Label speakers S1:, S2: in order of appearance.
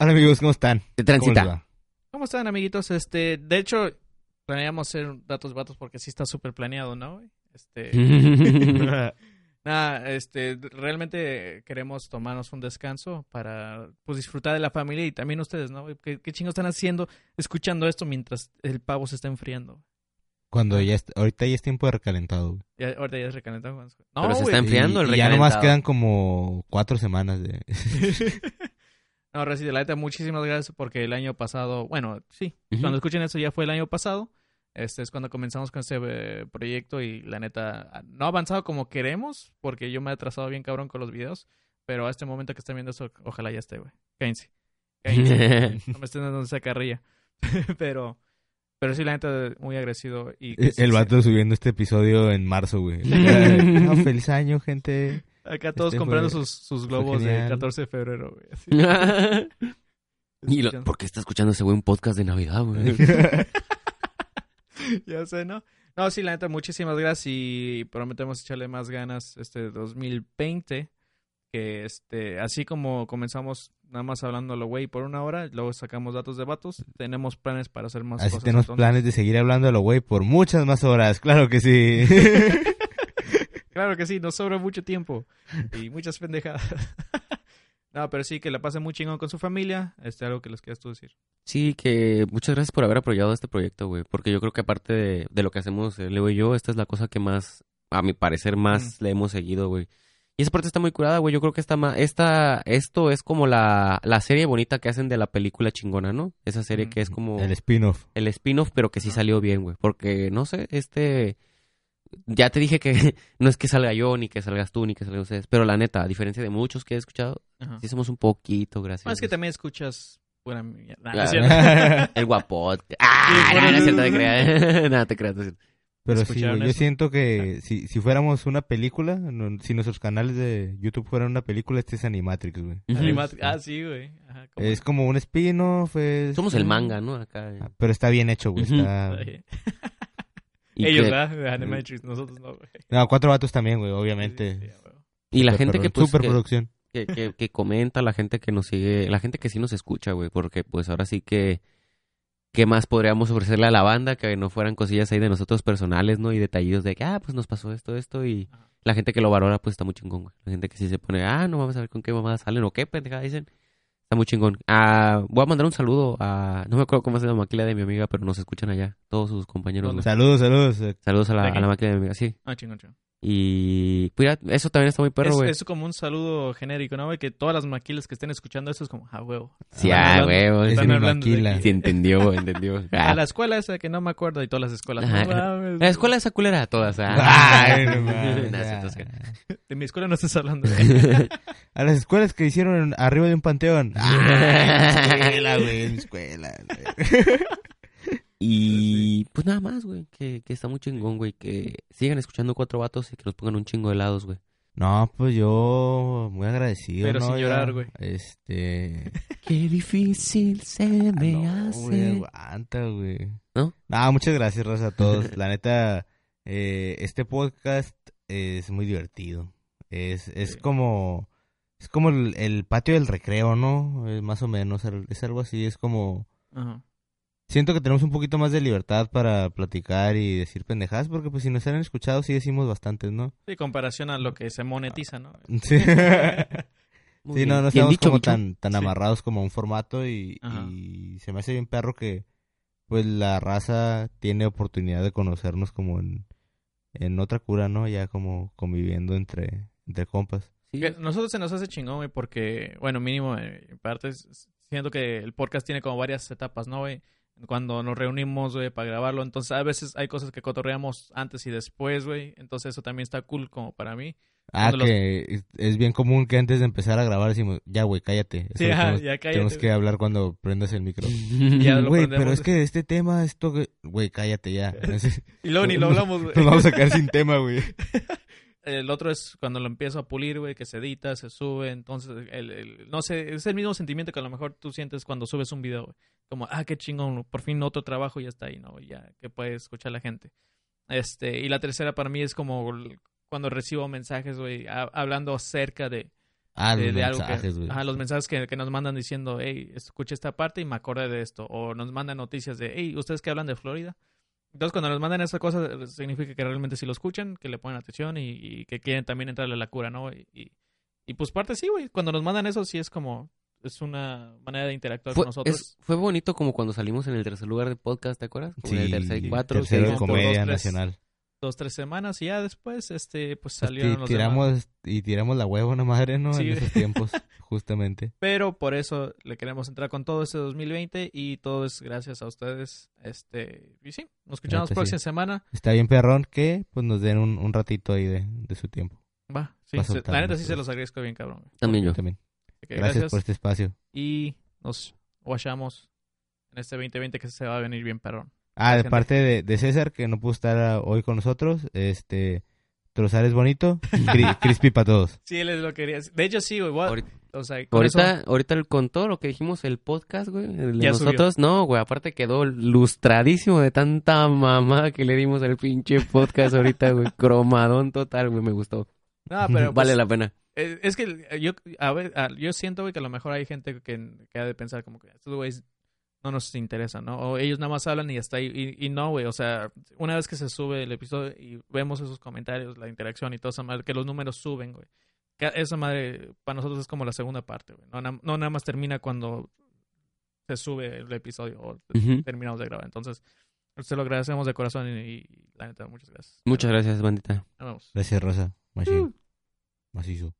S1: Hola amigos, ¿cómo están?
S2: De
S1: ¿Cómo les
S2: transita.
S1: va?
S3: ¿Cómo están, amiguitos? Este, de hecho, planeamos hacer datos vatos porque sí está súper planeado, ¿no? Este, nada, este, realmente queremos tomarnos un descanso para pues disfrutar de la familia y también ustedes, ¿no? ¿Qué, qué chingos están haciendo escuchando esto mientras el pavo se está enfriando?
S1: Cuando ya est- ahorita ya es tiempo de recalentado. güey.
S3: Ya, ahorita ya es recalentado. No,
S2: Pero se
S3: güey.
S2: está enfriando
S1: Y-
S2: el
S1: y ya nomás
S2: recalentado.
S1: quedan como cuatro semanas de
S3: No, Resident la neta, muchísimas gracias porque el año pasado, bueno, sí,
S2: Ujú.
S3: cuando escuchen eso ya fue el año pasado. Este es cuando comenzamos con este eh, proyecto y la neta ah, no ha avanzado como queremos porque yo me he atrasado bien cabrón con los videos, pero a este momento que están viendo eso, ojalá ya esté, güey. Cállense. Cállense. no me estén dando esa carrilla. pero pero sí la neta muy agradecido y que sí,
S1: Eh, el
S3: sí.
S1: vato subiendo este episodio en marzo, güey. Era de, "No, feliz año, gente.
S3: acá todos
S1: este
S3: comprando
S1: fue-
S3: sus, sus globos de
S1: genial.
S3: 14 de febrero, güey. así.
S2: y lo- ¿Por qué está escuchando ese güey un podcast de Navidad, güey?
S3: Ya sé, ¿no? No, sí, la neta, muchísimas gracias y prometemos echarle más ganas este 2020. Que este, así como comenzamos nada más hablándolo, güey, por una hora, luego sacamos datos de vatos, tenemos planes para hacer más
S1: Así
S3: cosas.
S1: tenemos
S3: entonces.
S1: planes de seguir hablando a lo güey por muchas más horas, claro que sí.
S3: Claro que sí, nos sobra mucho tiempo y muchas pendejadas. no, pero sí, que la pasen muy chingón con su familia. Este, algo que les quieras tú decir.
S2: Sí, que muchas gracias por haber apoyado este proyecto, güey. Porque yo creo que aparte de, de lo que hacemos eh, Leo y yo, esta es la cosa que más, a mi parecer, más le hemos seguido, güey. Y esa parte está muy curada, güey. Yo creo que esta, ma- esta, esto es como la, la serie bonita que hacen de la película chingona, ¿no? Esa serie
S3: Ujú.
S2: que es como
S1: El spin-off.
S2: el spin-off, pero que sí
S3: Ajá.
S2: salió bien, güey. Porque, no sé, este... Ya te dije que no es que salga yo, ni que salgas tú, ni que salgan ustedes. Pero la neta, a diferencia de muchos que he escuchado,
S3: Ajá.
S2: sí somos un poquito
S3: No,
S2: graciosos.
S3: es que también escuchas. pura mierda. Nah,
S2: Claro.
S3: no es cierto.
S2: El guapot. ¡Ah! No, no es cierto, no te creas. No, te creas, no es cierto.
S1: Pero sí,
S3: ¿Escucharon
S1: güey, yo
S3: eso?
S1: siento que si, si fuéramos una película, no- si nuestros canales de YouTube fueran una película, este es Animatrix, güey.
S2: Ujú.
S3: Animat- Ah, sí, güey. Ajá, ¿cómo?
S1: Es como un spin-off. es-
S2: Somos el manga, ¿no? Acá. eh.
S1: Ah, Pero está bien hecho, güey.
S2: Ujú.
S1: está-
S3: Oye.
S2: Y,
S3: Ellos,
S2: que-
S3: ¿verdad? De Animatrix, nosotros no, güey.
S1: No, cuatro vatos también, güey,
S3: Sí,
S1: obviamente.
S3: sí, güey.
S2: y la gente que, pues, que,
S1: Superproducción.
S2: que, que- que comenta, la gente que nos sigue, la gente que sí nos escucha, güey. Porque, pues, ahora sí que... ¿Qué más podríamos ofrecerle a la banda que no fueran cosillas ahí de nosotros personales, ¿no? Y detallitos de que, ah, pues nos pasó esto, esto. Y
S3: Ajá.
S2: la gente que lo valora, pues está muy chingón, güey. La gente que sí se pone, ah, no vamos a ver con qué mamada salen o qué pendejada dicen. Está muy chingón. Ah, voy a mandar un saludo a. No me acuerdo cómo se llama la maquila de mi amiga, pero nos escuchan allá. Todos sus compañeros.
S3: ¿Dónde?
S2: güey.
S1: Saludos, saludos. eh,
S2: Saludos a la,
S3: ¿De aquí?
S2: a la máquina de mi amiga, sí.
S3: Ah, chingón, chingón.
S2: Y. Mira, eso también está muy perro,
S3: es,
S2: güey.
S3: es como un saludo genérico, ¿no, güey? Que todas las maquilas que estén escuchando esto es como, ah, huevo.
S2: Sí,
S3: Están
S2: ah,
S3: hablando-
S2: güey. güey.
S1: Es
S3: Están
S1: mi
S3: hablando de
S1: maquila.
S3: aquí.
S2: Sí, entendió, entendió. Ah,
S3: A la escuela esa que no me acuerdo y todas las escuelas.
S2: Ajá.
S3: No mames.
S2: La escuela esa culera a todas. ah.
S1: Ay, no mames.
S2: Nah, cierto, es que-
S3: De mi escuela no estás hablando. güey.
S1: A las escuelas que hicieron en- arriba de un panteón. Ah, mi escuela, güey, mi escuela. güey.
S2: Y pues nada más, güey. Que, que está muy chingón, güey. Que sigan escuchando cuatro vatos y que nos pongan un chingo de helados, güey.
S1: No, pues yo muy agradecido.
S3: Pero
S1: ¿no?
S3: sin
S1: Ya,
S3: llorar, güey.
S1: Este.
S2: Qué difícil se
S1: ah,
S2: me
S1: no, güey,
S2: hace.
S1: aguanta, güey.
S2: ¿No?
S1: muchas gracias, Rosa, a todos. La neta, eh, este podcast es muy divertido. Es, es
S3: Sí.
S1: como. Es como el, el patio del recreo, ¿no? Es más o menos. al- Es algo así, es como.
S3: Ajá.
S1: Siento que tenemos un poquito más de libertad para platicar y decir pendejadas, porque pues si nos han escuchado sí decimos bastantes, ¿no?
S3: Sí, comparación a lo que se monetiza, ¿no?
S1: Sí,
S2: Muy
S1: Sí,
S2: bien.
S1: no, no
S2: Bien
S1: estamos
S2: dicho,
S1: como
S2: bicho.
S1: tan, tan
S3: Sí.
S1: amarrados como a un formato y,
S3: Ajá.
S1: y se me hace bien perro que pues la raza tiene oportunidad de conocernos como en, en otra cura, ¿no? Ya como conviviendo entre, entre compas.
S2: Sí.
S3: Que Nosotros se nos hace chingón, güey, porque, bueno, mínimo eh, en parte es- siento que el podcast tiene como varias etapas, ¿no, güey? Cuando nos reunimos, güey, para grabarlo, entonces a veces hay cosas que cotorreamos antes y después, güey, entonces eso también está cool como para mí.
S1: Ah,
S3: Cuando los-
S1: que es- es bien común que antes de empezar a grabar decimos, ya güey, cállate. Eso
S3: Sí,
S1: lo
S3: ajá,
S1: tenemos-
S3: ya cállate,
S1: Tenemos que
S3: güey.
S1: hablar cuando prendas el micro.
S3: Ya lo
S1: Güey, pero
S3: prendemos.
S1: es que de este tema, esto que... Güey, cállate ya.
S3: Y luego ni lo hablamos, güey.
S1: Nos vamos a quedar sin tema, güey.
S3: El otro es cuando lo empiezo a pulir, güey, que se edita, se sube, entonces, el, el- no sé, es el mismo sentimiento que a lo mejor tú sientes cuando subes un video, güey. Como, ah, qué chingón, por fin otro trabajo ya está ahí, ¿no? Ya que puede escuchar la gente. Este, y la tercera para mí es como l- cuando recibo mensajes, güey, ha- hablando acerca de,
S1: Ah,
S3: de,
S1: los
S3: de algo
S1: mensajes,
S3: que,
S1: güey.
S3: ajá, los mensajes que, que nos mandan diciendo, hey, escuché esta parte y me acordé de esto. O nos mandan noticias de, hey, ustedes que hablan de Florida. Entonces, cuando nos mandan esas cosas, eh, significa que realmente sí lo escuchan, que le ponen atención y, y que quieren también entrarle a la cura, ¿no? Y, y, y, pues parte sí, güey. Cuando nos mandan eso, sí es como, es una manera de interactuar
S2: Fue,
S3: con pues, nosotros.
S2: es- fue bonito como cuando salimos en el tercer lugar de podcast, ¿te acuerdas? Como en el
S1: Sí,
S2: tercer y cuatro.
S1: tercero
S2: que
S1: de
S3: sí,
S2: íbamos por
S1: comedia
S3: dos, tres.
S1: nacional.
S3: Dos, tres semanas y ya después, este, pues
S1: Pues,
S3: salieron
S1: ti-
S3: los demás.
S1: tiramos y tiramos la hueva una madre, ¿no?
S3: Sí.
S1: En esos tiempos, justamente.
S3: Pero por eso le queremos entrar con todo este 2020 y todo es gracias a ustedes. Este, y sí, nos escuchamos
S1: Neta, sí.
S3: próxima semana.
S1: Está bien perrón que pues nos den un, un ratito ahí de, de su tiempo.
S3: Va, sí,
S1: Vas
S3: se-
S1: soltando
S3: la neta sí
S1: todo.
S3: se los agradezco bien, cabrón. Así
S2: También yo.
S1: También.
S3: que
S1: Gracias,
S3: gracias
S1: por este espacio.
S3: y nos guachamos en este 2020 que se va a venir bien, perrón.
S1: Ah, de
S3: Gracias,
S1: parte de, de César, que no pudo estar ah, hoy con nosotros. Este, Trozar es bonito. Cri- crispy para todos.
S3: Sí, él es lo que quería. decir. De hecho, sí, güey. what-
S2: Ahorita,
S3: O sea, con eso-
S2: ahorita, ahorita el- con todo lo que dijimos, el podcast, güey, el de
S3: Ya
S2: nosotros, no, güey, aparte quedó lustradísimo de tanta mamá que le dimos al pinche podcast ahorita, güey, cromadón total, güey, me gustó.
S3: No, pero.
S2: Vale
S3: pues,
S2: la pena.
S3: eh, Es que eh, yo, a ver, a- yo siento, güey, que a lo mejor hay gente que, que ha de pensar como que "Ah, estos güeyes no nos interesan, ¿no? O ellos nada más hablan y hasta ahí. Y, y no, güey. O sea, una vez que se sube el episodio y vemos esos comentarios, la interacción y todo esa madre, que los números suben, güey. Que esa madre para nosotros es como la segunda parte, güey. No, na- no nada más termina cuando se sube el episodio o
S2: Ujú.
S3: terminamos de grabar. Entonces, se lo agradecemos de corazón y, y la neta, muchas gracias.
S2: Muchas gracias, bandita.
S3: Nos vemos. Uh.
S1: Gracias, Rosa. Machín. Macizo.